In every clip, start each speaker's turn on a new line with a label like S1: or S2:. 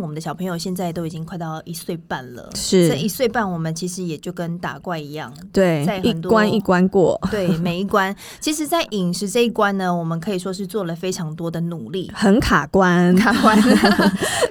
S1: 我们的小朋友现在都已经快到一岁半了，
S2: 是
S1: 这一岁半，我们其实也就跟打怪一样，在
S2: 对，一
S1: 很多
S2: 关一关过，
S1: 对每一关。其实，在饮食这一关呢，我们可以说是做了非常多的努 力。
S2: 很卡关，
S1: 卡关。其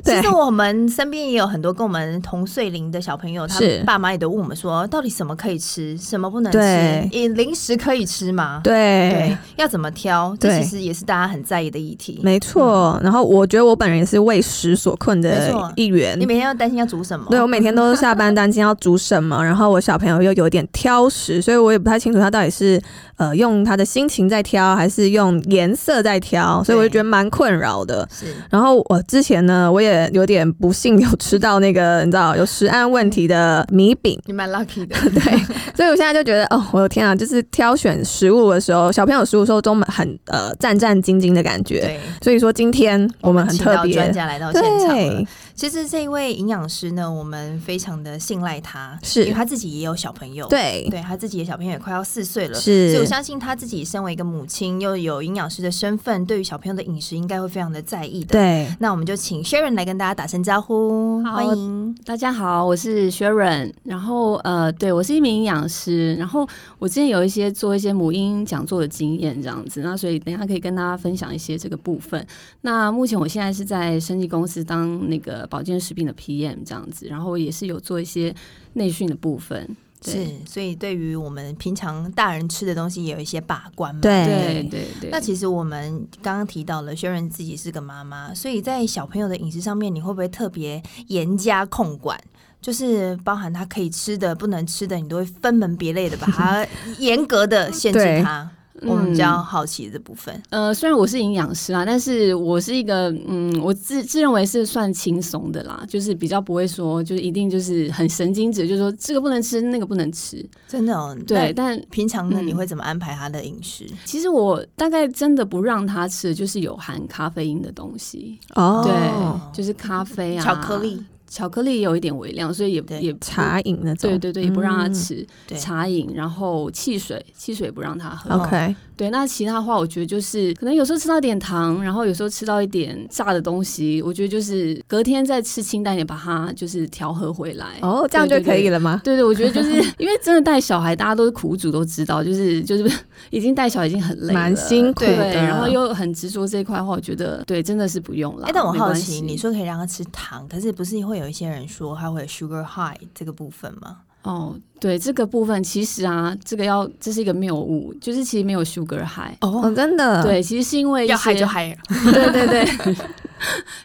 S2: 对
S1: 实我们身边也有很多跟我们同岁龄的小朋友，他
S2: 是
S1: 爸妈也都问我们说，到底什么可以吃，什么不能
S2: 对
S1: 吃？也零食可以吃吗？
S2: 对
S1: 对，，要怎么挑？这
S2: 对
S1: 其实也是大家很在意的议题。
S2: 没
S3: 嗯
S2: 错。然后我觉得我本人也是为食所困
S1: 没
S2: 的
S1: 错
S2: 一员
S1: 你。每天要担心要煮什么？
S2: 对，我每天都是下班担心要煮 什么，然后我小朋友又有点挑食，所以我也不太清楚他到底是呃用他的心情在挑，还是用颜色在挑，所以我就
S1: 对
S2: 觉得蛮困扰的。
S1: 是
S2: 然后我之前呢，我也有点不幸有吃到那个你知道有食安问题的米饼，
S3: 你蛮 lucky 的，
S2: 对，所以我现在就觉得哦，我的天啊，就是挑选食物的时候，小朋友食物的时候都很呃战战兢兢的感觉。
S1: 对。
S2: 所以说今天我们很
S1: 请
S2: 特
S1: 到专
S2: 别，
S1: 家来到现场了
S2: 对，，
S1: 其实这一位营养师呢，我们非常的信赖他，
S2: 是
S1: 因为他自己也有小朋友，
S2: 对，
S1: 对，他自己的小朋友也快要四岁了。所以我
S2: 是，
S1: 相信他自己身为一个母亲，又有营养师的身份，对于小朋友的饮食应该会非常的在意的。，
S2: 对，
S1: 那我们就请 Sharon 来跟大家打声招呼，
S4: 好
S1: 欢迎。
S4: 大家好，我是 Sharon，然后呃，对我是一名营养师，然后我之前有一些做一些母婴讲座的经验这样子，那所以等一下可以跟大家分享一些这个部分。那目前我现在是在生技公司当那个保健食品的 PM 这样子，然后也是有做一些内训的部分。
S1: 是
S4: 对，
S1: 所以对于我们平常大人吃的东西，也有一些把关嘛。
S2: 对
S4: 对对对，
S1: 那其实我们刚刚提到了 Sharon 自己是个妈妈，所以在小朋友的饮食上面，你会不会特别严加控管？就是包含他可以吃的、不能吃的，你都会分门别类的把 它严格的限制
S2: 对
S1: 它。我们比
S4: 嗯
S1: 较好奇的部分，
S4: 呃，虽然我是营养师啦，但是我是一个嗯，我自自认为是算轻松的啦，就是比较不会说就是一定就是很神经质，就是说这个不能吃，那个不能吃。
S1: 真的哦。
S4: 对，
S1: 那
S4: 但
S1: 平常呢，
S4: 嗯
S1: 你会怎么安排他的饮食？
S4: 其实我大概真的不让他吃，就是有含咖啡因的东西，
S2: 哦，
S4: 对，就是咖啡啊，
S1: 巧克，力，
S4: 巧克力有一点微量，所以也
S1: 对
S4: 也不
S2: 茶饮那种，
S4: 对对对，也不让他
S2: 嗯
S4: 吃、
S1: 对，
S4: 茶饮，然后汽水，汽水也不让他喝。
S2: ，OK，
S4: 对，那其他话我觉得就是，可能有时候吃到一点糖，然后有时候吃到一点炸的东西，我觉得就是隔天再吃清淡一点，把它就是调和回来。
S2: 哦，这样就
S4: 对对
S2: 可以了吗？
S4: 对对，我觉得就是因为真的带小孩，大家都是苦主，都知道，就是就是 已经带小孩已经很累了，
S2: 蛮辛苦
S4: 对，
S2: 的
S4: 然后又很执着这一块的话，我觉得对，真的是不用了。
S1: 哎、但我
S4: 没
S1: 好
S4: 关
S1: 奇，
S4: 系
S1: 你说可以让他吃糖，可是不是会有一些人说他会有 sugar high 这个部分吗？
S4: 哦，对这个部分，其实啊，这个要这是一个谬误，就是其实没有 sugar high。
S2: 哦，真的，，
S4: 对，其实是因为一
S3: 要嗨
S4: 些
S3: 就嗨，
S4: 对对对，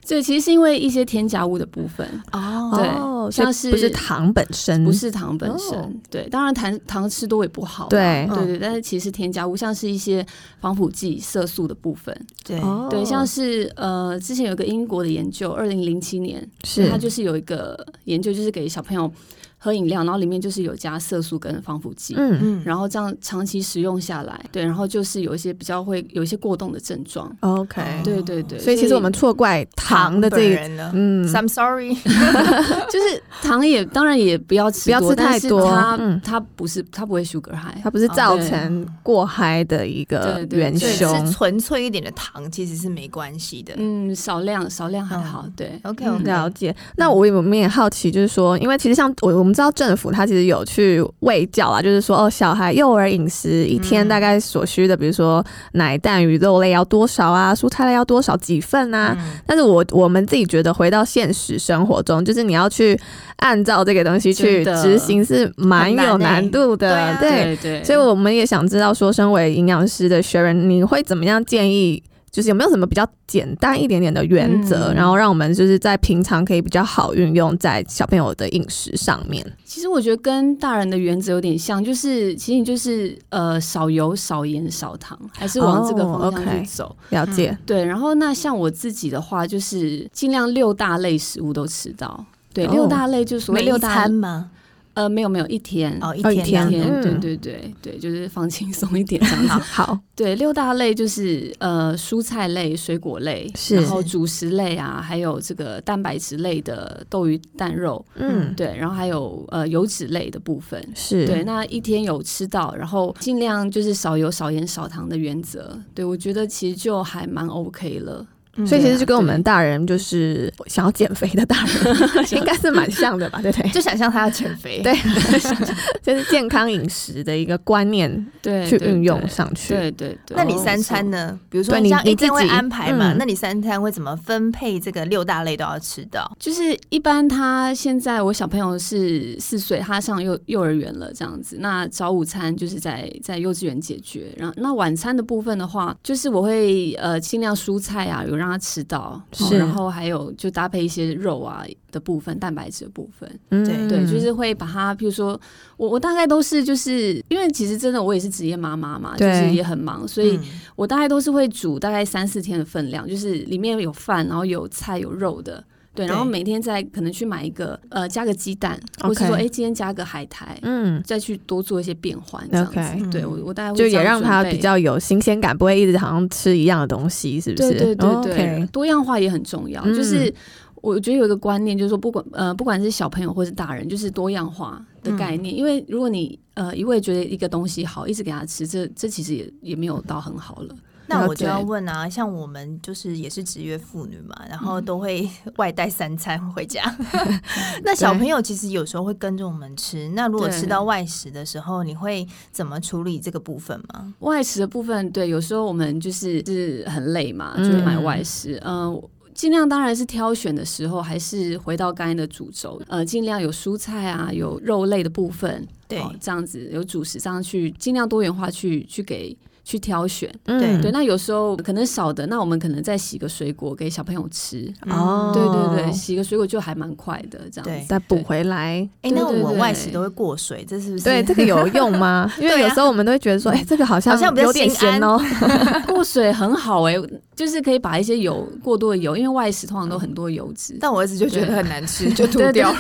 S4: 对，其实是因为一些添加物的部分，
S1: 哦
S4: 对
S2: 哦，
S4: 像
S2: 所以不
S4: 是
S2: 是糖本身，
S4: 不是糖本
S2: 嗯
S4: 身。
S2: 哦
S4: 对，当然糖糖吃多也不好啦，
S2: 对
S1: 嗯
S4: 对对，但是其实添加物像是一些防腐剂、色素的部分，
S1: 对，
S2: 哦，
S4: 对，像是呃，之前有个英国的研究，二零零七年，
S2: 是
S4: 它就是有一个研究，就是给小朋友喝饮料，然后里面就是有加色素跟防腐剂。
S2: 嗯，
S1: 嗯，
S4: 然后这样长期使用下来，对，然后就是有一些比较会有一些过动的症状，
S2: OK，
S4: 对对对。
S2: 所以其实我们错怪糖的这
S1: 本
S2: 个，
S1: 人呢？
S2: 嗯
S1: I'm sorry，
S4: 就是 糖也当然也不要吃
S2: 不要吃太多
S4: 多，但是它、
S2: 嗯
S4: 它不是它不会 sugar high，
S2: 它不是造成
S1: 哦
S2: 过嗨的一个
S4: 对对
S2: 元
S4: 对
S1: 对，
S2: 凶
S1: 吃。纯粹一点的糖其实是没关系的。
S4: 嗯少量少量还好，
S1: 嗯
S4: 对
S1: OK
S4: 嗯
S1: OK，
S2: 了解，那我有没有也好奇，就是说，因为其实像我我们知道政府它其实有去喂教啊，就是说哦，小孩幼儿饮食一天
S1: 嗯
S2: 大概所需的，比如说奶蛋鱼肉类要多少啊，蔬菜类要多少几份啊，
S1: 嗯
S2: 但是我我们自己觉得，回到现实生活中，就是你要去按照这个东西去
S4: 真的
S2: 执行，是蛮有难度的。
S1: 很难欸对
S2: 对
S4: 对对，
S2: 所以我们也想知道，说身为营养师的学人，你会怎么样建议？就是有没有什么比较简单一点点的原则，
S4: 嗯
S2: 然后让我们就是在平常可以比较好运用在小朋友的饮食上面？
S4: 其实我觉得跟大人的原则有点像，就是其实你就是呃少油少盐少糖，还是往这个
S2: 哦
S4: 方向
S2: ，OK
S4: 去走。
S2: 了解，
S4: 对，然后那像我自己的话，就是尽量六大类食物都吃到。对，
S2: 哦
S4: 六大类就是所谓
S1: 每一
S4: 六大
S1: 餐吗？
S4: 呃，没有没有一天
S1: 哦，一
S2: 哦一
S1: 天这样
S2: 天
S4: 天，对
S2: 嗯
S4: 对对对，就是放轻松一点 这样子。
S2: 好，
S4: 对，六大类就是呃蔬菜类、水果类，
S2: 是
S4: 然后主食类啊，还有这个蛋白质类的豆鱼蛋肉，
S2: 嗯，
S4: 对，然后还有呃油脂类的部分。
S2: 是，
S4: 对，那一天有吃到，然后尽量就是少油、少盐、少糖的原则。对我觉得其实就还蛮 OK 了。
S1: 嗯
S2: 所以其实
S4: 对啊
S2: 就跟我们大人就是想要减肥的大人， 应该是蛮像的吧，对不对？
S1: 就想象他要减肥，
S2: 对， 就是健康饮食的一个观念
S4: 对，
S2: 去
S4: 对
S2: 运用。上去。
S4: 对对对对，哦
S1: 那你
S4: 没
S1: 三
S4: 错
S1: 餐呢？比如说
S2: 对
S1: 你
S2: 你
S1: 像
S2: 你
S1: 一天
S2: 自
S1: 会
S2: 己
S1: 安排嘛？
S2: 嗯
S1: 那你三餐会怎么分配？这个六大类都要吃到，
S4: 就是一般他现在我小朋友是四岁，他上幼幼儿园了这样子。那早午餐就是在在幼稚园解决，然后那晚餐的部分的话，就是我会呃尽量蔬菜啊有让他吃到，哦
S2: 是
S4: 然后还有就搭配一些肉啊的部分，蛋白质的部分。
S2: 嗯
S1: 对
S4: 对，就是会把它，譬如说我我大概都是就是因为其实真的我也是职业妈妈嘛，就
S2: 对
S4: 是也很忙，所以
S1: 嗯
S4: 我大概都是会煮大概三四天的分量，就是里面有饭，然后有菜有肉的。对，然后
S1: 对
S4: 每天再可能去买一个，呃，加个鸡蛋，或是说，
S2: OK
S4: 哎，今天加个海苔，
S2: 嗯，
S4: 再去多做一些变换，这样子。
S2: OK 嗯
S4: 对我，我大概会
S2: 就
S4: 这
S2: 也
S4: 样
S2: 让他
S4: 准备
S2: 比较有新鲜感，不会一直好像吃一样的东西，是不是？哦
S4: 对对对对
S2: OK
S4: 多样化也很重要。
S2: 嗯
S4: 就是我觉得有一个观念，就是说不管呃不管是小朋友或是大人，就是多样化的概
S2: 嗯
S4: 念。因为如果你呃一味觉得一个东西好，一直给他吃，这这其实也也没有到很好了。
S1: 那
S2: 了
S1: 我就
S4: 解
S1: 要问啊，像我们就是也是职业妇女嘛，然后
S4: 嗯
S1: 都会 外带三餐回 家。那小朋友其实有时候会跟着我们吃，那如果
S4: 对
S1: 吃到外食的时候，你会怎么处理这个部分吗？
S4: 外食的部分，对，有时候我们就是是很累嘛，就会买
S2: 嗯
S4: 外食。嗯、呃尽量当然是挑选的时候，还是回到刚才的主轴，呃，尽量有蔬菜啊，有肉类的部分，
S1: 对
S4: 哦这样子有主食，这样去尽量多元化去去给去挑选。
S2: 嗯
S4: 对，那有时候可能少的，那我们可能再洗个水果给小朋友吃。
S2: 哦，
S1: 嗯
S4: 对对对，，洗个水果就还蛮快的，这样
S1: 对
S4: 子。
S2: 再补回来。
S1: 哎、那
S4: 对对
S1: 我
S4: 对
S1: 外食都会过水，这是不是？
S2: 对，这个有用 吗？因为有
S4: 啊
S2: 时候我们都会觉得说，
S4: 嗯
S2: 哎，这个好像
S1: 好像比较
S2: 有点
S1: 心安
S2: 咸哦。
S4: 过水很好哎、就是可以把一些油过多的油，因为外食通常都很多油 脂。
S1: 但我儿子就觉得很难 吃，就吐
S4: 对对
S1: 掉了。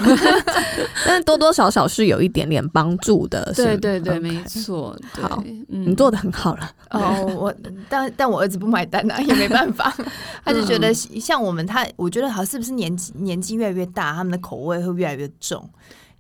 S2: 但多多少少是有一点点帮助的。是
S4: 对
S2: 吗
S4: 对对，
S2: OK
S4: 没错。对
S2: 好，
S4: 嗯
S2: 你做的很好了。
S1: 哦，我但但我儿子不买单啊，也没办 法，他就觉
S4: 嗯
S1: 得像我们他，我觉得好像是不是年纪年纪越来越大，他们的口味会越来越重。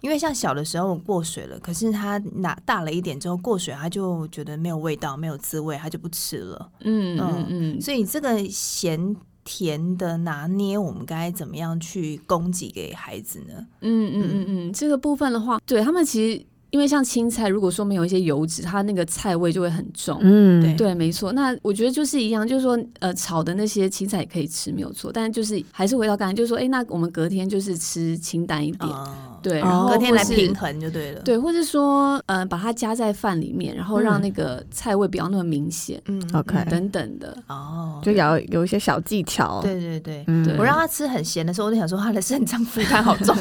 S1: 因为像小的时候我过水了，可是他拿大了一点之后过水，他就觉得没有味道，没有滋味，他就不吃了。
S4: 嗯嗯嗯，
S1: 所以这个咸甜的拿捏，我们该怎么样去供给给孩子呢？
S4: 嗯嗯嗯嗯，这个部分的话，对他们其实因为像青菜，如果说没有一些油脂，它那个菜味就会很重。
S2: 嗯，
S1: 对
S4: 对，没错。那我觉得就是一样，就是说，呃，炒的那些青菜也可以吃，没有错。但就是还是回到刚才，就是说，哎，那我们隔天就是吃清淡一点，
S1: 啊、
S4: 对，
S2: 哦
S4: 然后
S1: 隔天来
S4: 或是
S1: 平。衡就对了。，
S4: 对，或者说，呃，把它加在饭里面，然后让
S2: 嗯
S4: 那个菜味不要那么明显，
S1: 嗯
S2: OK
S1: 嗯
S4: 等等的。
S1: 哦，
S2: 就要有一些小技巧。
S1: 对对对，
S2: 嗯，
S4: 对
S1: 我让他吃很咸的时候，我就想说他的肾脏负担好重。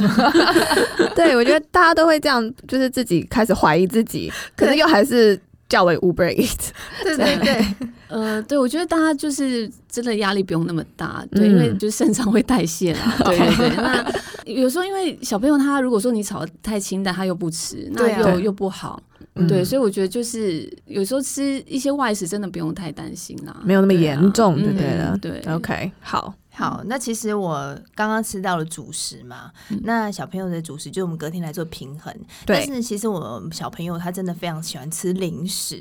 S2: 对，我觉得大家都会这样，就是自己开始怀疑自己，可是又还是较为 Uber Eat。
S1: 对
S4: 对
S1: 对，
S4: 呃，对，我觉得大家就是真的压力不用那么大，对，因为
S2: 嗯
S4: 就是肾脏会代谢 啦，对对对。那有时候因为小朋友他如果说你炒得太清淡，他又不吃，那
S1: 对啊
S4: 又、
S2: 对
S4: 又不好，
S2: 嗯
S4: 对，所以我觉得就是有时候吃一些外食真的不用太担心啦，
S2: 没有那么
S4: 对啊
S2: 严重
S4: 嗯
S2: 就对了
S4: 对
S2: OK，好，
S1: 好，那其实我刚刚吃到了主食嘛，那小朋友的主食就是我们隔天来做平衡。但
S2: 对，
S1: 是其实我小朋友他真的非常喜欢吃零食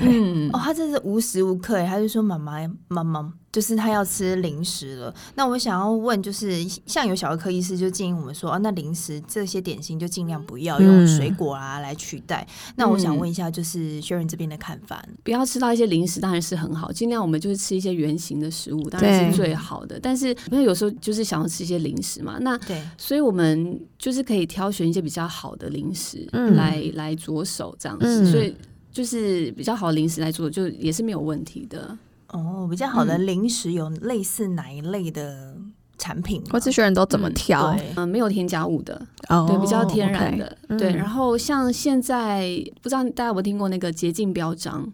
S4: 嗯
S1: 哦，他真是无时无刻欸，他就说妈妈妈妈，就是他要吃零食了。那我想要问，就是像有小儿科医师就建议我们说，啊，那零食这些点心就尽量不要用
S2: 嗯
S1: 水果啊来取代。那我想
S4: 嗯
S1: 问一下，就是薛仁这边的看法呢？
S4: 不要吃到一些零食，当然是很好，尽量我们就是吃一些圆形的食物，当然
S2: 对
S4: 是最好的。但是因为有时候就是想要吃一些零食嘛，那
S1: 对，
S4: 所以我们就是可以挑选一些比较好的零食
S2: 嗯
S4: 来、来着手这样子，
S2: 嗯
S4: 所以就是比较好的零食来做，就也是没有问题的。
S1: 哦，比较好的
S4: 嗯
S1: 零食有类似哪一类的产品吗？
S2: 或是学人都怎么
S4: 嗯
S2: 挑？
S1: 对
S4: 嗯、没有添加物的，
S2: 哦
S4: 对，比较天然
S2: OK
S4: 的。
S2: 嗯
S4: 对，然后像现在不知道大家有没有听过那个洁净标章，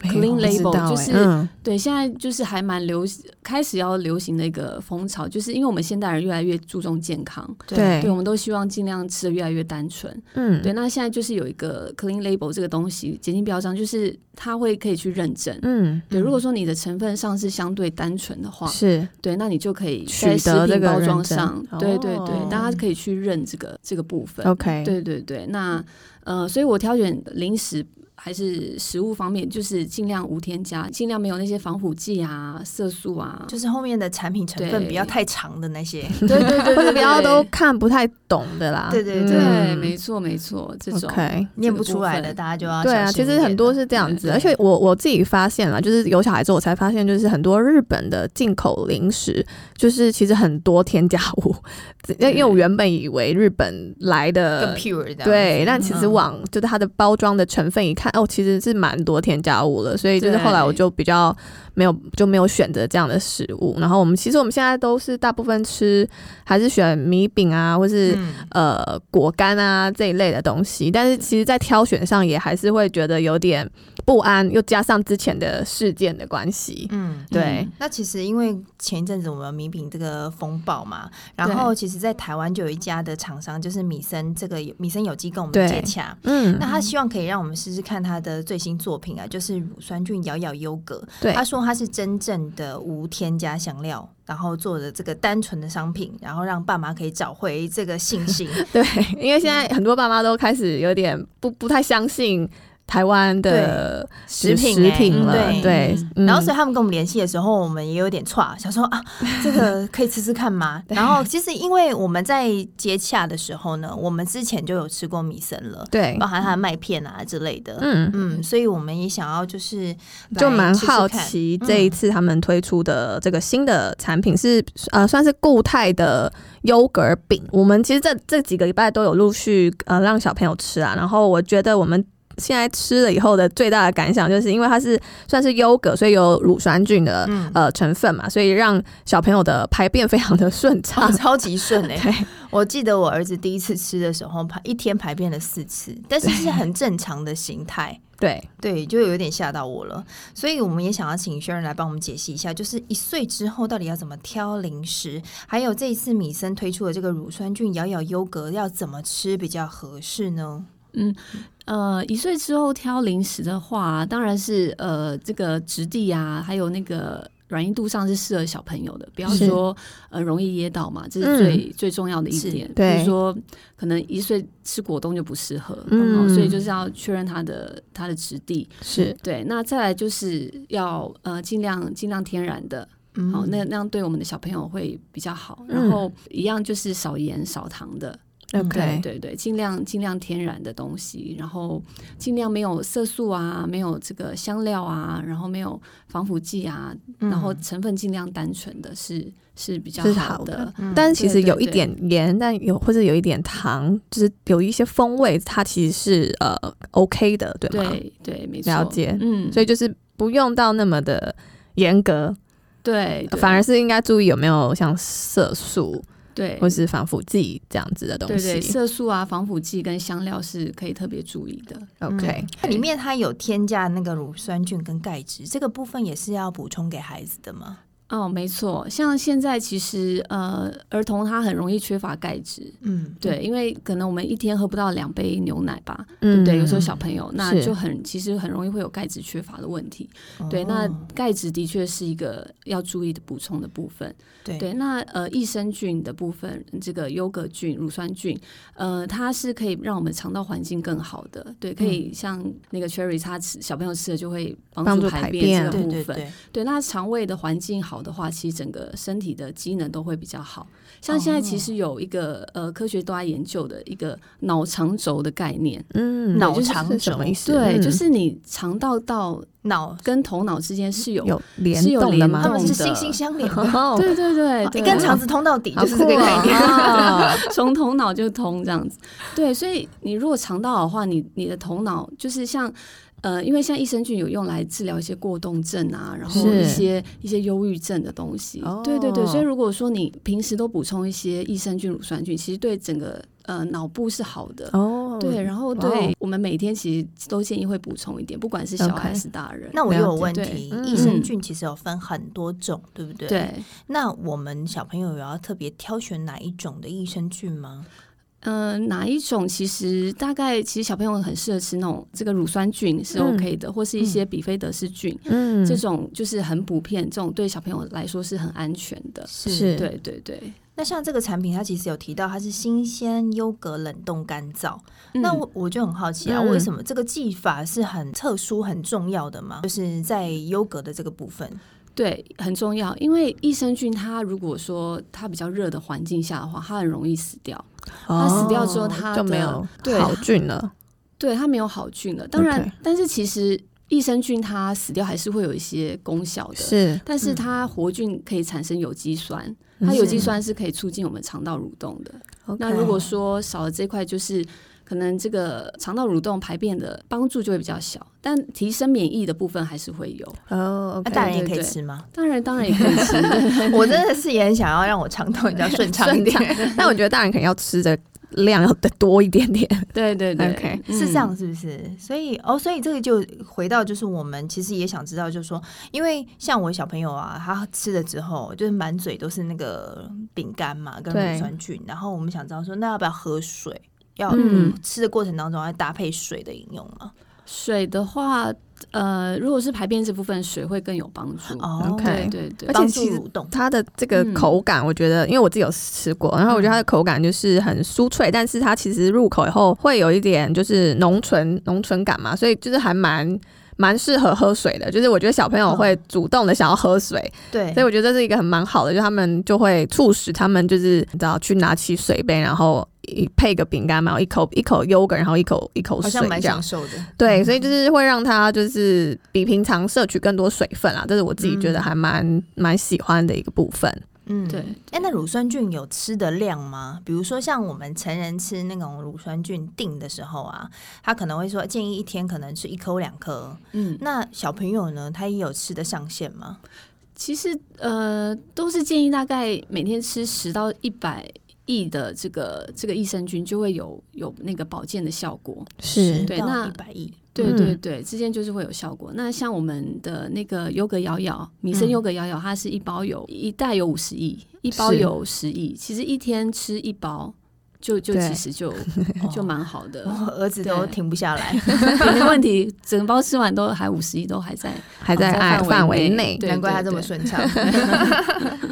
S4: clean
S2: 我不知
S4: label，
S2: 道
S4: 就
S2: 欸
S4: 是
S2: 嗯
S4: 对，现在就是还蛮流行，开始要流行的一个风潮，就是因为我们现代人越来越注重健康，对，
S2: 对，
S4: 我们都希望尽量吃的越来越单纯。
S2: 嗯
S4: 对，那现在就是有一个 clean label 这个东西，洁净标章，就是它会可以去认证。
S2: 嗯
S4: 对，如果说你的成分上是相对单纯的话，
S2: 是
S4: 对，那你就可以
S2: 取
S4: 在食
S2: 得这
S4: 品
S2: 个
S4: 包
S2: 认
S4: 装
S2: 证
S4: 上，对对对
S2: 哦，
S4: 大家可以去认这个这个部分。
S2: OK，
S4: 对对对，那呃，所以我挑选零食还是食物方面，就是尽量无添加，尽量没有那些防腐剂啊、色素啊，
S1: 就是后面的产品成分
S4: 对
S1: 不要太长的那 些，
S4: 对对对
S2: 或者
S4: 对，
S2: 不要都
S4: 对
S2: 看不太懂的啦，
S1: 对对
S4: 对，
S2: 嗯
S4: 没错没错，这种
S2: OK。
S1: 念不出来
S4: 这
S1: 的
S4: 个部分
S1: 大家就要
S2: 对啊，
S1: 小心
S2: 其
S1: 一
S2: 实很
S1: 点
S2: 多是这样子，
S4: 对对
S2: 而且我我自己发现了，就是有小孩之后，我才发现，就是很多日本的进口零食，就是其实很多添加物， 因为因为我原本以为日本来
S1: 更
S2: 的
S1: pure 的这样子，
S2: 对，但其实
S1: 嗯
S2: 往就是它的包装的成分一看，哦，其实是蛮多添加物了，所以就是后来我
S4: 对
S2: 就比较没有就没有选择这样的食物。然后我们其实我们现在都是大部分吃还是选米饼啊，或是、
S1: 嗯
S2: 呃果干啊这一类的东西，但是其实在挑选上也还是会觉得有点不安，又加上之前的事件的关系，
S1: 嗯
S2: 对
S1: 那其实因为前一阵子我们米饼这个风暴嘛，然后其实，在台湾就有一家的厂商，就是米森这个米森有机跟我
S2: 对
S1: 们接洽，
S2: 嗯
S1: 那他希望可以让我们试试看他的最新作品啊，就是乳酸菌咬咬优格。
S2: 对
S1: 他说他是真正的无添加香料，然后做的这个单纯的商品，然后让爸妈可以找回这个信 心。
S2: 对，因为现
S1: 嗯
S2: 在很多爸妈都开始有点不不太相信台湾的
S1: 食品
S2: 食
S1: 欸
S2: 品
S1: 嗯
S2: 了，
S1: 对
S2: 对，嗯
S1: 然后所以他们跟我们联系的时候，我们也有点差，想说 啊，这个可以吃吃看吗？然后其实因为我们在接洽的时候呢，我们之前就有吃过米森了，
S2: 对
S1: 包，含它的麦片啊之类的。嗯
S2: 嗯。
S1: 所以我们也想要就是来
S2: 就蛮
S1: 试试
S2: 好
S1: 看
S2: 奇
S1: 嗯
S2: 这一次他们推出的这个新的产品是呃算是固态的优格饼。我们其实这这几个礼拜都有陆续呃让小朋友吃啊，然后我觉得我们。现在吃了以后的最大的感想，就是因为它是算是优格，所以有乳酸菌的、
S1: 嗯
S2: 呃成分嘛，所以让小朋友的排便非常的顺畅
S1: 哦，。 超级顺哎、
S2: 对
S1: 我记得我儿子第一次吃的时候，排一天排便了四次，但是是很正常的形态。
S2: 对，
S1: 对，就有点吓到我了，所以我们也想要请轩仁来帮我们解析一下，就是一岁之后到底要怎么挑零食，还有这一次米森推出的这个乳酸菌咬咬优格要怎么吃比较合适呢？
S4: 呃，一岁之后挑零食的话，当然是呃这个质地啊，还有那个软硬度上是适合小朋友的，不要
S2: 是
S4: 说呃容易噎到嘛，这
S2: 嗯
S4: 是最、最重要的一
S1: 是
S4: 点。
S2: 对
S4: 比如说可能一岁吃果冻就不适合，
S2: 嗯
S4: 哦所以就是要确认它的它的质地。
S2: 是
S4: 对，那再来就是要呃尽量尽量天然的，
S1: 嗯
S4: 好、那那样对我们的小朋友会比较好。
S2: 嗯
S4: 然后一样就是少盐少糖的，对
S2: OK，
S4: 对对，尽量尽量天然的东西，然后尽量没有色素啊，没有这个香料啊，然后没有防腐剂啊，
S1: 嗯
S4: 然后成分尽量单纯的是是比较
S2: 嗯是好
S4: 好
S2: 的
S4: 的。
S1: 嗯
S2: 但是其
S4: 对
S2: 实
S4: 对
S2: 有一
S4: 对
S2: 点盐，但有或者有一点糖，就是有一些风味，它其实是呃 OK 的，对吗？
S4: 对对，没错。
S2: 了解
S4: 嗯，
S2: 所以就是不用到那么的严格，
S4: 对，对
S2: 反而是应该注意有没有像色素
S4: 对
S2: 或是防腐剂这样子的东
S4: 对
S2: 西。
S4: 对，色素啊、防腐剂跟香料是可以特别注意的。嗯
S2: OK，、
S1: 嗯它里面它有添加那个乳酸菌跟钙质，这个部分也是要补充给孩子的吗？
S4: 哦，没错，像现在其实呃，儿童他很容易缺乏钙质，
S1: 嗯，
S4: 对，因为可能我们一天喝不到两杯牛奶吧，对
S2: 嗯
S4: 不对？有时候小朋友那
S2: 是
S4: 就很其实很容易会有钙质缺乏的问题。
S2: 嗯
S1: 哦
S4: 对，那钙质的确是一个要注意的补充的部分。
S1: 对
S4: 对，那呃益生菌的部分，这个优格菌、乳酸菌，呃，它是可以让我们肠道环境更好的。对，可以像那个 cherry，它吃小朋友吃了就会
S2: 帮
S4: 帮
S2: 助
S4: 助
S2: 排
S4: 排
S2: 便
S4: 便这
S1: 对
S4: 个部
S1: 对
S4: 分。
S1: 对，
S4: 对，那肠胃的环境好的话，其实整个身体的机能都会比较好。像现在其实有一个、呃科学都在研究的一个脑肠轴的概念，
S2: 嗯，
S1: 脑
S2: 就是
S1: 肠
S2: 是什么
S1: 轴
S2: 意思？
S4: 对，
S2: 嗯
S4: 就是你肠道到
S1: 脑
S4: 跟头脑之间是有。
S2: 有联
S4: 是有
S2: 动的
S4: 联
S2: 吗？
S1: 他 们是
S4: 动
S1: 心
S4: 的
S1: 心相连的，
S2: 哦
S4: 对对 对，对啊
S1: 一根肠子通到底，
S2: 好
S1: 就是这个
S2: 酷啊
S1: 概念。
S2: 哦
S4: 从头脑就通这样子。对，所以你如果肠道好的话，你你的头脑就是像。呃，因为像益生菌有用来治疗一些过动症啊，然后
S2: 是
S4: 一些一些忧郁症的东西
S2: 哦，
S4: 对对对，所以如果说你平时都补充一些益生菌、乳酸菌，其实对整个呃脑部是好的。
S2: 哦，
S4: 对，然后
S2: 哇哦
S4: 对我们每天其实都建议会补充一点，不管是小孩
S2: OK
S4: 是大人。
S1: 那我又有问
S4: 了
S1: 题
S4: 解，嗯
S2: 对
S1: 益生菌其实有分很多种，对不对？。
S4: 对，
S1: 那我们小朋友有要特别挑选哪一种的益生菌吗？
S4: 嗯、哪一种其实大概其实小朋友很适合吃那种这个乳酸菌是
S2: 嗯
S4: OK 的，或是一些比菲德氏菌、
S2: 嗯
S4: 这种就是很普遍，这种对小朋友来说是很安全的。
S2: 是
S4: 对对对。
S1: 那像这个产品，它其实有提到它是新鲜、优格、冷冻、干燥。
S4: 嗯
S1: 那我我就很好奇啊，
S2: 嗯
S1: 为什么这个技法是很特殊、很重要的吗？就是在优格的这个部分，
S4: 对，很重要，因为益生菌它如果说它比较热的环境下的话，它很容易死掉。它死掉之后，
S1: 哦
S4: 它
S2: 就
S4: 的
S2: 没有
S4: 对
S2: 好菌了。
S4: 对它没有好菌了。当然
S2: OK
S4: 但是其实益生菌它死掉还是会有一些功效的，
S2: 是，
S4: 但是
S1: 嗯
S4: 它活菌可以产生有机酸，
S2: 嗯
S4: 它有机酸是可以促进我们肠道蠕动的。那如果说少了这块，就是可能这个肠道蠕动排便的帮助就会比较小，但提升免疫的部分还是会有。
S2: 哦，OK，
S1: 那啊大人也
S4: 对
S1: 可以
S4: 对
S1: 吃吗？
S4: 当然，当然也可以吃。对
S1: 我真的是也很想要让我肠道比较顺畅 一
S2: 顺
S1: 点，
S2: 但我觉得大人可能要吃的量要得多一点点。
S4: 对对对
S2: OK，
S4: 嗯
S1: 是这样是不是？所以哦，所以这个就回到就是我们其实也想知道，就是说，因为像我小朋友啊，他吃了之后就是满嘴都是那个饼干嘛跟
S2: 对
S1: 乳酸菌，然后我们想知道说，那要不要喝水？要、
S4: 嗯
S1: 吃的过程当中要搭配水的饮用吗？
S4: 水的话，呃，如果是排便这部分，水会更有帮助。
S1: 哦
S2: OK
S4: 对对对
S2: 而且，
S1: 帮助
S2: 其实
S1: 蠕动。
S2: 它的这个
S4: 嗯
S2: 口感，我觉得，因为我自己有吃过，然后我觉得它
S1: 嗯
S2: 的口感就是很酥脆，但是它其实入口以后会有一点就是浓醇浓醇感嘛，所以就是还蛮。蛮适合喝水的，就是我觉得小朋友会
S1: 嗯
S2: 主动的想要喝水，
S1: 对
S2: 所以，我觉得这是一个很蛮好的，就他们就会促使他们就是你知道去拿起水杯，然后一配个饼干嘛，一口一口优格，然后一口一口
S1: 好
S2: 水
S1: 像蛮
S2: 这样
S1: 享。受的。
S4: 嗯
S2: 对，所以就是会让他就是比平常摄取更多水分啊，这是我自己觉得
S4: 嗯
S2: 还蛮蛮喜欢的一个部分。
S1: 嗯
S4: 对。
S1: 哎、那乳酸菌有吃的量吗？比如说像我们成人吃那种乳酸菌锭的时候啊，他可能会说建议一天可能吃一颗两颗。
S4: 嗯，
S1: 那小朋友呢，他也有吃的上限吗？
S4: 其实呃，都是建议大概每天吃十到一百亿的这个这个益生菌，就会有有那个保健的效果。
S2: 是
S4: 对那
S1: 一百亿，
S4: 对
S2: 嗯
S4: 对对，之间就是会有效果。那像我们的那个优格摇摇，米生
S1: 嗯
S4: 优格摇摇，它是一包有一袋有五十亿，一包
S2: 是
S4: 有十亿，其实一天吃一包。就就
S2: 对哦
S4: 其实 就就蛮好的，
S1: 我哦儿子都
S4: 对
S1: 停不下来，
S4: 没问题，整包吃完都还五十亿，都 还在
S2: 还在
S4: 哦在
S2: 爱
S4: 范围
S2: 范围
S4: 内
S2: 内，
S4: 对
S1: 难怪他这么顺 畅。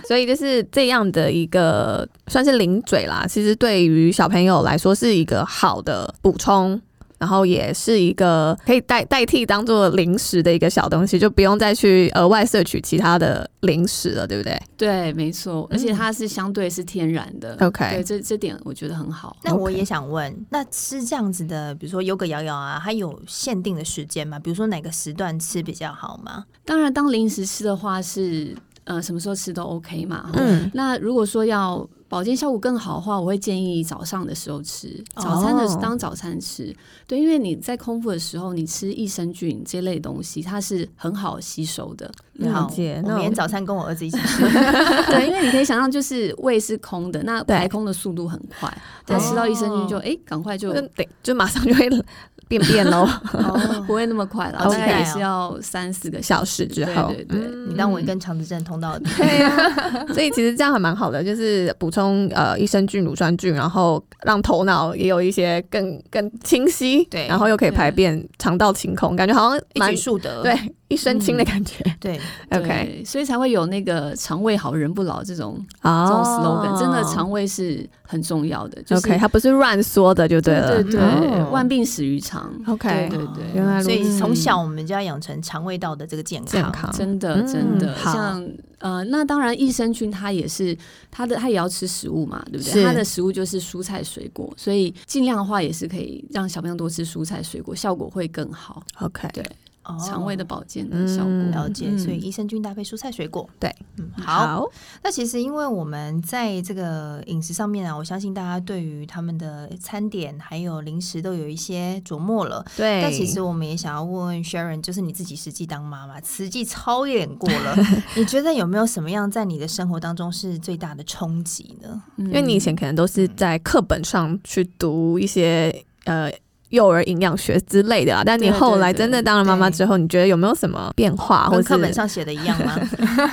S2: 所以就是这样的一个算是零嘴啦。其实对于小朋友来说是一个好的补充。然后也是一个可以代代替当做零食的一个小东西，就不用再去额外摄取其他的零食了，对不对
S4: 对，没错，而且它是相对是天然的。
S2: 嗯？OK，
S4: 对，这这点我觉得很好。
S1: 那我
S2: OK
S1: 也想问，那吃这样子的，比如说优格摇摇啊，它有限定的时间吗？比如说哪个时段吃比较好吗？
S4: 当然，当零食吃的话是呃什么时候吃都 OK 嘛。
S2: 嗯，
S4: 那如果说要保健效果更好的话，我会建议早上的时候吃，
S1: 哦
S4: 早餐的、当早餐吃。对，因为你在空腹的时候，你吃益生菌这类东西，它是很好吸收的。
S2: 了
S1: 好
S2: 解
S1: 我
S2: 那
S1: 明天
S2: 我
S1: 早餐跟我儿子一起吃。
S4: 对，因为你可以想象，就是胃是空的，那
S2: 对
S4: 排空的速度很快，
S2: 对
S4: 对，吃到益生菌就哎，赶、快就
S2: 就得就马上就会 便便 喽，
S1: 哦
S4: 不会那么快了，
S2: 好
S4: 啊大
S2: 期待
S4: 概也
S1: 哦
S4: 是要三四个
S2: 小时之后，
S4: 对对对
S2: 嗯
S1: 你当我跟肠子症通道的，
S2: 对啊， 所以其实这样还蛮好的，就是补充呃益生菌、乳酸菌，然后让头脑也有一些更更清晰，
S1: 对
S2: 然后又可以排便，肠道清空，感觉好像
S1: 一
S2: 蛮
S1: 举数得。
S2: 对一身轻的感觉。
S1: 对，
S2: OK，
S4: 对所以才会有那个“肠胃好人不老”这种
S2: 哦
S4: 这种 slogan，、真的肠胃是很重要的，就是
S2: OK，它不是乱说的就了。
S4: 对对对，
S2: 哦
S4: 万病始于肠。
S2: OK，
S4: 对对对
S2: 原来如
S1: 所以
S2: 此，
S1: 从小我们就要养成肠胃道的这个健康。
S2: 健康
S4: 真的
S2: 嗯，
S4: 真的，
S1: 好
S4: 像呃，那当然，益生菌它也是它的，它也要吃食物嘛，对不
S2: 是
S4: 对？它的食物就是蔬菜水果，所以尽量的话也是可以让小朋友多吃蔬菜水果，效果会更好，
S2: OK，
S4: 对
S1: 哦
S4: 嗯肠胃的保健的效果。
S2: 嗯
S1: 了解，
S4: 嗯
S1: 所以益生菌搭配蔬菜水果。
S2: 对，
S1: 嗯，好。，那其实因为我们在这个饮食上面啊，我相信大家对于他们的餐点还有零食都有一些琢磨了。
S2: 对。
S1: 但其实我们也想要问问 Sharon，就是你自己实际当妈妈，实际操演过 了，你觉得有没有什么样在你的生活当中是最大的冲击呢？
S4: 因
S1: 嗯
S2: 因为你以前可能都是在课本上去读一些呃。幼儿营养学之类的啊，但你
S1: 对对
S2: 后来
S1: 对
S2: 真的当了妈妈之后，你觉得有没有什么变化，啊或
S1: 跟
S2: 者
S1: 课本上写的一样 吗？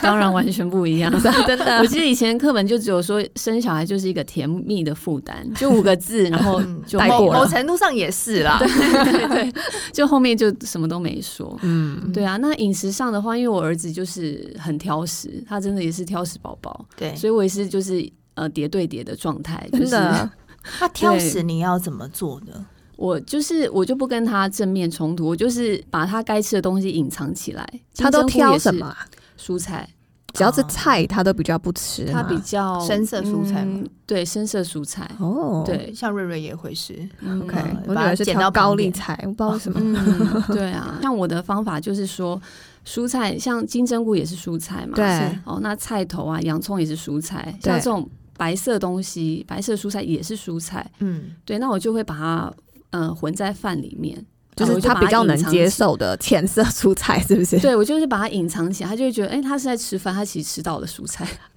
S4: 当然完全不一 样。
S2: 真的
S4: 我记得以前课本就只有说生小孩就是一个甜蜜的负担，就五个字，然后就
S2: 带
S4: 后
S1: 嗯
S2: 过
S1: 某
S2: 了
S1: 某程度上也是啦。
S4: 对对，就后面就什么都没说。
S2: 嗯，
S4: 对啊，那饮食上的话，因为我儿子就是很挑食，他真的也是挑食宝宝，
S1: 对，
S4: 所以我也是就是呃叠对叠的状态，就
S2: 真
S4: 是
S2: 的，
S1: 那挑食你要怎么做呢？
S4: 我就是我就不跟他正面冲突，我就是把他该吃的东西隐藏起来。
S2: 他都
S4: 金针菇
S2: 挑
S4: 也是
S2: 什么啊？
S4: 蔬菜？
S2: 只要是
S1: 啊
S2: 菜，他都比较不吃嘛。
S4: 他比较
S1: 深色蔬菜吗
S4: 嗯对，深色蔬菜，
S2: 哦，
S4: 对
S1: 像瑞瑞也会是，
S4: 嗯
S2: OK，
S1: 嗯
S2: 我女
S1: 把它
S2: 儿是
S1: 剪到
S2: 挑高
S1: 旁边
S2: 丽
S1: 哦
S2: 菜，我不知道为什么。
S4: 嗯，对啊，像我的方法就是说，蔬菜像金针菇也是蔬菜嘛，
S2: 对，
S4: 哦，那菜头啊，洋葱也是蔬菜，
S2: 对
S4: 像这种白色东西，白色蔬菜也是蔬菜，
S1: 嗯，
S4: 对，那我就会把它呃混在饭里面，
S1: 啊
S2: 就是他比较能接受的 浅色蔬菜，是不是？
S4: 对我就是把它隐藏起来，他就会觉得，哎、他是在吃饭，他其实吃到了蔬菜，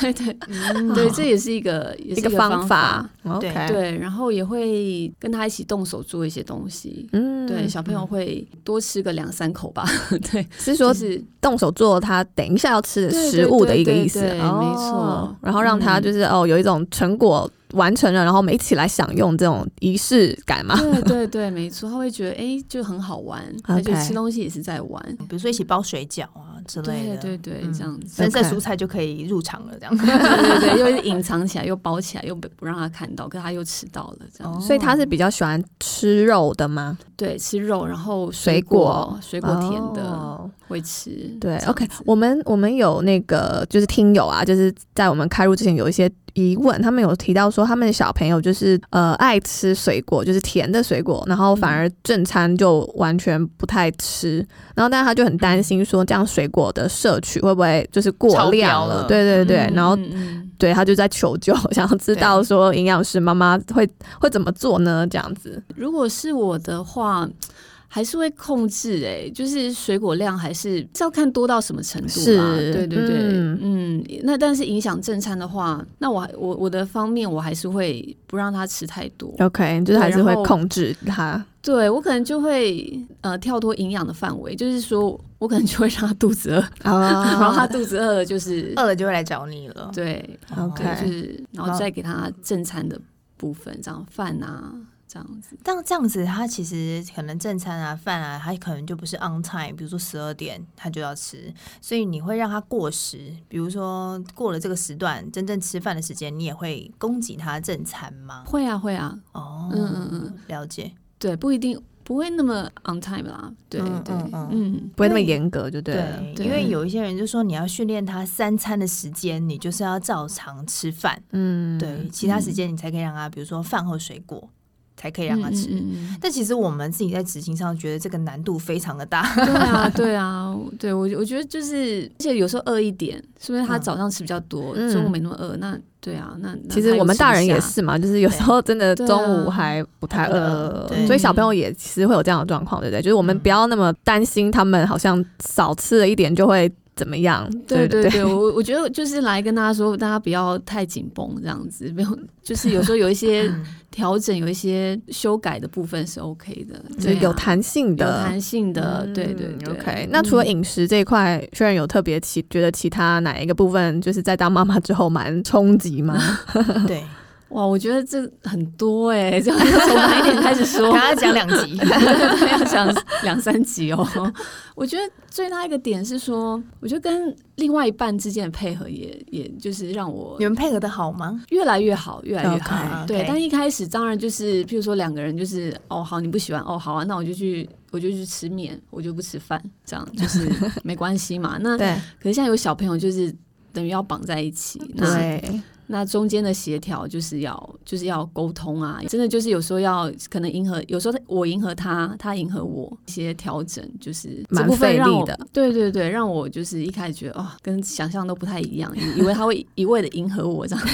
S4: 对对
S1: 嗯
S4: 对，这也是一个也是
S2: 一个
S4: 方
S2: 方法。OK，哦哎
S1: 对，
S4: 对，然后也会跟他一起动手做一些东西。
S2: 嗯
S4: 对，小朋友会多吃个两三口吧。 对，
S2: 是
S4: 就
S2: 说
S4: 是
S2: 动手做他等一下要吃的
S4: 对对
S2: 食物的一个意思，
S4: 对对对
S2: 哦
S4: 没错嗯
S2: 然后让他就是哦有一种成果完成了，然后我们一起来享用这种仪式感嘛。
S4: 对对对，没错，他会觉得哎、诶就很好玩，他就
S2: OK
S4: 吃东西也是在玩。
S1: 比如说一起包水饺啊之类
S4: 对
S1: 的，嗯
S4: 对对，这样子，
S1: 深色
S2: OK
S1: 蔬菜就可以入场了，这 样。
S4: 对对对，又隐藏起来，又包起来，又不不让他看到，可他又吃到了，这样
S1: 哦
S4: 子。
S2: 所以他是比较喜欢吃肉的吗？
S4: 对，吃肉，然后
S2: 水
S4: 果，水果甜的
S2: 哦
S4: 会吃。
S2: 对
S4: 这样
S2: ，OK，
S4: 子
S2: 我们我们有那个就是听友啊，就是在我们开录之前有一些疑问，他们有提到说他们小朋友就是呃爱吃水果，就是甜的水果，然后反而正餐就完全不太吃，然后但他就很担心说这样水果的摄取会不会就是过
S1: 超
S2: 量
S1: 标了
S2: 对对对，
S4: 嗯
S2: 然后
S4: 嗯嗯
S2: 对他就在求救，想要知道说营养师妈妈会会怎么做呢？这样子，
S4: 如果是我的话，还是会控制哎、就是水果量还是是要看多到什么程度啦。
S2: 是
S4: 对对对，
S2: 嗯
S4: 嗯那但是影响正餐的话，那我还我我的方面我还是会不让他吃太多。
S2: OK，就是
S4: 对
S2: 还是
S4: 然
S2: 会
S4: 后
S2: 控制它。
S4: 对我可能就会呃跳脱营养的范围，就是说我可能就会让他肚子饿，
S2: 啊
S4: 然后
S2: 哦
S4: 他肚子饿了就是
S1: 饿了就会来找你了。
S4: 对
S1: 哦
S2: OK
S4: 对，就是然
S1: 好
S4: 后再给他正餐的部分，这样饭啊这样子。
S1: 但这样子，他其实可能正餐啊、饭啊，他可能就不是 on time，比如说十二点他就要吃，所以你会让他过时，比如说过了这个时段，真正吃饭的时间，你也会供给他正餐吗？
S4: 会啊会啊，
S1: 哦，
S4: 嗯嗯嗯。
S1: 了解，
S4: 对，不一定不会那么 on time 啦。对
S1: 嗯
S4: 对
S1: 嗯嗯
S4: 嗯，
S2: 不会那么
S1: 因为
S2: 严格就对了。
S4: 对
S1: 因为有一些人就说你要训练他三餐的时间，你就是要照常吃饭，
S2: 嗯，
S1: 对，其他时间你才可以让他，比如说饭后水果，才可以让他吃。
S4: 嗯嗯嗯
S1: 但其实我们自己在执行上觉得这个难度非常的 大，
S4: 对啊，对啊，对我我觉得就是，而且有时候饿一点，是不是他
S1: 嗯
S4: 早上吃比较多，
S2: 嗯
S4: 中午没那么饿？那对啊，那那
S2: 其实
S4: 他有
S2: 我们
S4: 吃
S2: 大
S4: 不
S2: 人也
S4: 下
S2: 是嘛，就是有时候真的
S4: 对啊
S2: 中午还不太
S1: 还
S2: 饿
S1: 不饿，
S2: 所以小
S4: 对
S2: 朋友也其实会有这样的状况，对不对？就是我们
S1: 嗯
S2: 不要那么担心他们好像少吃了一点就会怎么样，
S4: 对
S2: 对
S4: 对对，我我觉得就是来跟大家说，大家不要太紧绷，这样子没有，就是有时候有 一些调整，有一些修改的部分是 OK 的，
S2: 就
S4: 对
S2: 是有
S4: 啊
S2: 弹性
S4: 有
S2: 的。
S4: 弹性的，对对
S2: 嗯
S4: 对。
S2: OK，那除了
S4: 嗯
S2: 饮食这一块，虽然有特别其觉得其他哪一个部分，就是在当妈妈之后蛮冲击嘛，
S1: 对，
S4: 嗯哇，我觉得这很多哎、 欸，这样从哪一点开 始说？
S1: 刚刚讲两集，
S4: 要讲两三集哦。 我觉得最大一个点是说，我觉得跟另外一半之间的配合也，也就是让我
S1: 你们配合的好吗？啊
S4: 越来越好，越来越好。
S1: OK，OK
S4: 哎对，但一开始当然就是，譬如说两个人就是，哦，好，你不喜欢，哦，好啊，那我就去，我就去吃面，我就不吃饭，这样就是没关系嘛。 那
S2: 对
S4: 可是现在有小朋友，就是等于要绑在一起，那
S2: 对，
S4: 那中间的协调就是要就是要沟通啊，真的就是有时候要可能迎合，有时候我迎合他，他迎合我，一些调整就是这
S2: 蛮
S4: 部分
S2: 费
S4: 让
S2: 力
S4: 我
S2: 的。
S4: 对对对，让我就是一开始觉得哦，跟想象都不太一样，以以为他会 一味的迎合我这样。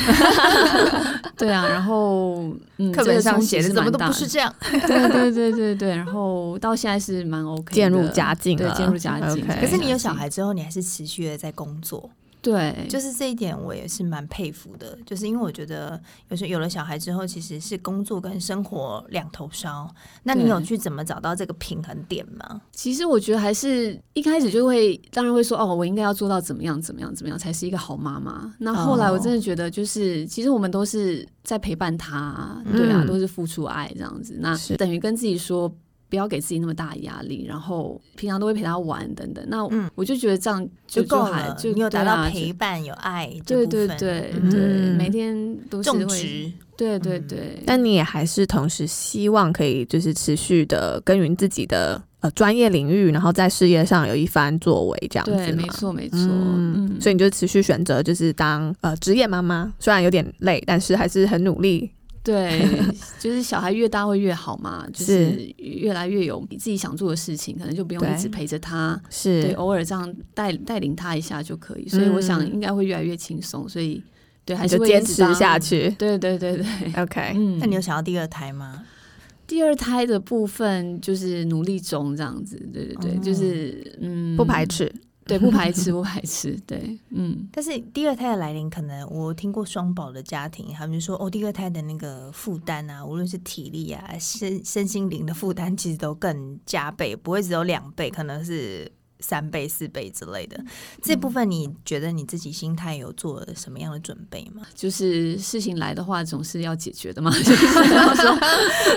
S4: 对啊，然后嗯，
S1: 课
S4: 这
S1: 本
S4: 个
S1: 上
S4: 冲击
S1: 写的
S4: 是
S1: 怎么
S4: 蛮
S1: 都
S4: 大哎
S1: 不是这样，
S4: 对 对对对对，然后到现在是蛮 OK，的
S2: 渐入佳境
S4: 对
S2: 了，
S4: 渐入佳境
S2: OK
S4: 对哎
S1: 可是你有小孩之后，你还是持续的在工作，
S4: 对，
S1: 就是这一点我也是蛮佩服的，就是因为我觉得有时候有了小孩之后，其实是工作跟生活两头烧。那你
S4: 对
S1: 有去怎么找到这个平衡点吗？
S4: 其实我觉得还是一开始就会，当然会说哦，我应该要做到怎么样怎么样怎么样才是一个好妈妈。那后来
S1: 哦
S4: 我真的觉得，就是、其实我们都是在陪伴他，对啊，
S2: 嗯
S4: 都是付出爱这样子。那
S2: 是
S4: 等于跟自己说。不要给自己那么大的压力，然后平常都会陪他玩等等。那
S1: 嗯
S4: 我就觉得这样就
S1: 够
S4: 还
S1: 了，
S4: 就
S1: 你有达
S4: 对啊
S1: 到
S4: 就
S1: 陪伴、有爱这
S4: 对
S1: 部
S4: 对
S1: 分
S4: 对
S1: 嗯
S4: 对，
S2: 嗯
S4: 每天都是
S1: 种
S4: 会，
S1: 植。
S4: 对对
S1: 嗯
S4: 对。
S2: 但你也还是同时希望可以就是持续的耕耘自己的呃专业领域，然后在事业上有一番作为这样子
S4: 对，
S2: 吗
S4: 没错没错，
S2: 嗯
S4: 嗯，，
S2: 所以你就持续选择就是当呃职业妈妈，虽然有点累，但是还是很努力。
S4: 对，就是小孩越大会越好 嘛，就是是越来越有你自己想做的事情，可能就不用
S2: 对
S4: 一直陪着他，对，
S2: 是，
S4: 偶尔这样带带领他一下就可以。所以我想应该会越来越轻松，所以对，还
S2: 你
S4: 是
S2: 就
S4: 会
S2: 坚
S4: 一直
S2: 持
S4: 当
S2: 下。去。
S4: 对对对对，
S2: OK，
S4: 嗯
S1: 那你有想要第二胎吗？
S4: 第二胎的部分就是努力中这样子，对对对，
S1: 哦
S4: 就是嗯，
S2: 不排，斥。
S4: 对，不排斥，不排斥，对，嗯，
S1: 但是第二胎的来临，可能我听过双宝的家庭，他们就说哦，第二胎的那个负担啊，无论是体力啊、身身心灵的负担，其实都更加倍，不会只有两倍，可能是三倍、四倍之类
S2: 嗯
S1: 的。这部分你觉得你自己心态有做了什么样的准备吗？
S4: 就是事情来的话，总是要解决 的嘛，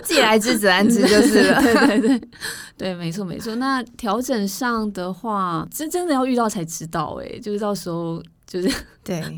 S1: 既来之则安之就是了。
S4: 对对对， 对，没错没错。那调整上的话，真真的要遇到才知道哎、就是到时候就是
S1: 对，
S2: 嗯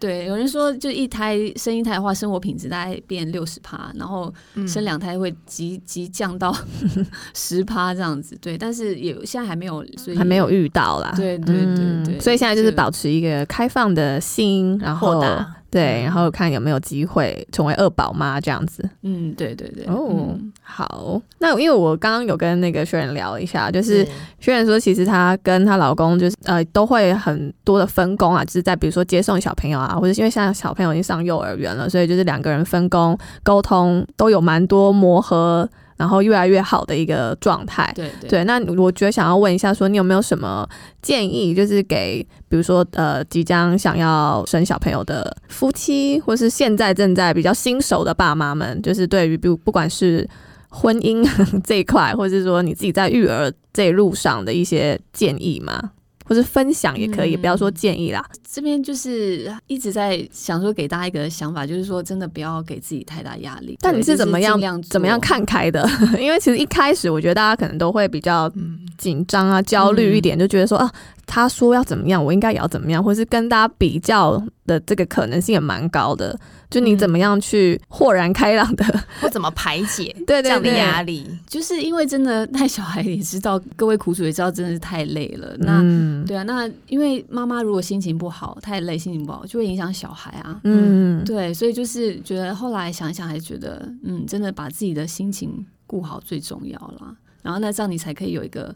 S4: 对，有人说就一胎生一胎的话，生活品质大概变六十趴，然后
S1: 嗯
S4: 生两胎会急急降到 十趴这样子。对，但是也现在还没有，所 以
S2: 还没有遇到啦，
S4: 对对对
S2: 嗯
S4: 对
S2: 所以现在就是
S4: 就
S2: 保持一个开放的心，然后
S1: 豁达
S2: 对，然后看有没有机会成为二宝妈这样子。
S4: 嗯，对对对，
S2: 哦
S4: 嗯，
S2: 好，那因为我刚刚有跟那个轩然聊一下，
S4: 嗯
S2: 就是轩然说，其实她跟她老公就是呃都会很多的分工啊，就是在比如说接送小朋友啊，或者是因为现在小朋友已经上幼儿园了，所以就是两个人分工沟通都有蛮多磨合，然后越来越好的一个状态。
S4: 对对
S2: 对，那我觉得想要问一下，说你有没有什么建议，就是给比如说呃即将想要生小朋友的夫妻，或是现在正在比较新手的爸妈们，就是对于比如不管是婚姻 这一块，或是说你自己在育儿这一路上的一些建议吗？或是分享也可以，
S4: 嗯
S2: 不要说建议啦，
S4: 这边就是一直在想说给大家一个想法，就是说真的不要给自己太大压力。
S2: 但你
S4: 对
S2: 是
S4: 就
S2: 怎么
S4: 尽
S2: 样
S4: 量
S2: 怎么样
S4: 做
S2: 看开的？ 因为其实一开始我觉得大家可能都会比较
S1: 嗯，
S2: 紧张啊、焦虑一点，就觉得说啊，他说要怎么样，我应该也要怎么样，或是跟大家比较的这个可能性也蛮高的。就你怎么样去豁然开朗 的，
S1: 我怎么排解
S2: 对
S1: 这样
S2: 对
S1: 的
S2: 对，
S1: 压力？
S4: 就是因为真的带小孩也知道，各位苦主也知道，真的是太累了。那、
S2: 嗯
S4: 对啊，那因为妈妈如果心情不好，太累，心情不好就会影响小孩啊。
S2: 嗯，
S4: 对，所以就是觉得后来想一想，还是觉得嗯，真的把自己的心情顾好最重要啦。然后那这样你才可以有一个，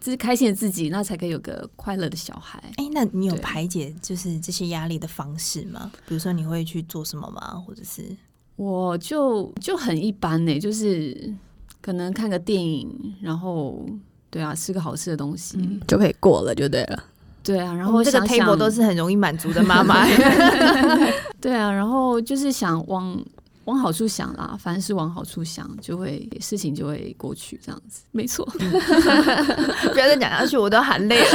S4: 就是开心的自己，那才可以有个快乐的小孩。
S1: 哎，那你有
S4: 对
S1: 排解就是这些压力的方式吗？比如说你会去做什么吗？或者是
S4: 我就就很一般呢、就是可能看个电影，然后对啊，吃个好吃的东西，
S1: 嗯
S2: 就可以过了，就对了。
S4: 对啊，然
S1: 我
S4: 后
S1: 们这个
S4: 想想
S1: table 都是很容易满足的妈妈。
S4: 对啊，然后就是想往往好处想啦，凡事往好处想，就会事情就会过去，这样子，没错。
S1: 不要再讲下去，我都含泪了。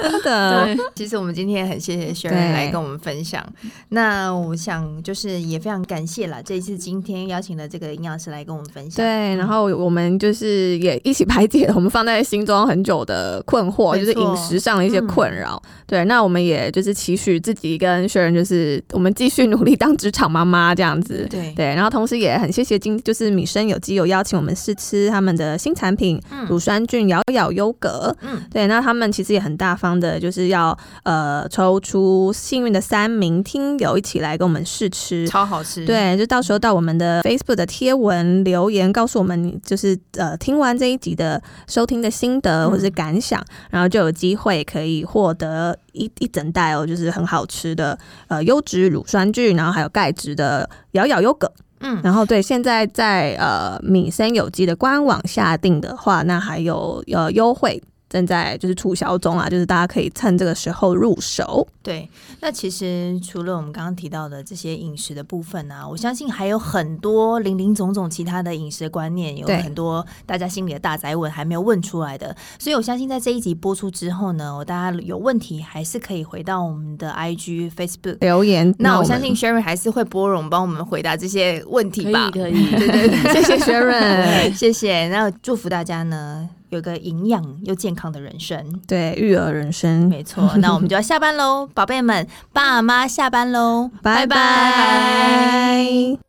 S2: 真的，
S4: 对，
S1: 其实我们今天很谢谢轩
S2: 对
S1: 然来跟我们分享。那我想就是也非常感谢啦，这一次今天邀请的这个营养师来跟我们分享。嗯
S2: 对，然后我们就是也一起排解我们放在心中很久的困惑，
S1: 没
S2: 就是
S1: 错
S2: 饮食上的一些困扰。对，那我们也就是期许自己跟学人，就是我们继续努力当职场妈妈这样子。
S1: 对
S2: 对，然后同时也很谢谢今就是米生有机有邀请我们试吃他们的新产品乳
S1: 嗯
S2: 酸菌摇摇优格。
S1: 嗯，
S2: 对，那他们其实也很大方的，就是要呃抽出幸运的三名听友一起来跟我们试吃。
S1: 超好吃。，
S2: 对，就到时候到我们的 Facebook 的贴文留言，告诉我们你就是呃听完这一集的收听的心得或是
S1: 嗯
S2: 感想，然后就有机会可以获得一一整袋哦，就是很好吃的呃优质乳酸菌，然后还有钙质的摇摇优格。
S1: 嗯，
S2: 然后对，现在在呃米森有机的官网下订的话，那还有呃优惠正在就是促销中啊，就是大家可以趁这个时候入手。
S1: 对，那其实除了我们刚刚提到的这些饮食的部分啊，我相信还有很多零零总总其他的饮食观念，有
S2: 对
S1: 很多大家心里的大宅问还没有问出来的。所以我相信在这一集播出之后呢，我大家有问题还是可以回到我们的 IG、Facebook。
S2: 留言，
S1: 那我
S2: 们
S1: 相信 Sherry 还是会包容帮我们回答这些问
S4: 可
S1: 题吧
S4: 以。可以，
S2: 谢谢 Sharon，
S1: 谢谢，那祝福大家呢有个营养又健康的人生。
S2: 对育儿人生，
S1: 没错，那我们就要下班喽，宝贝们，爸妈下班喽，
S2: 拜拜。
S1: 拜拜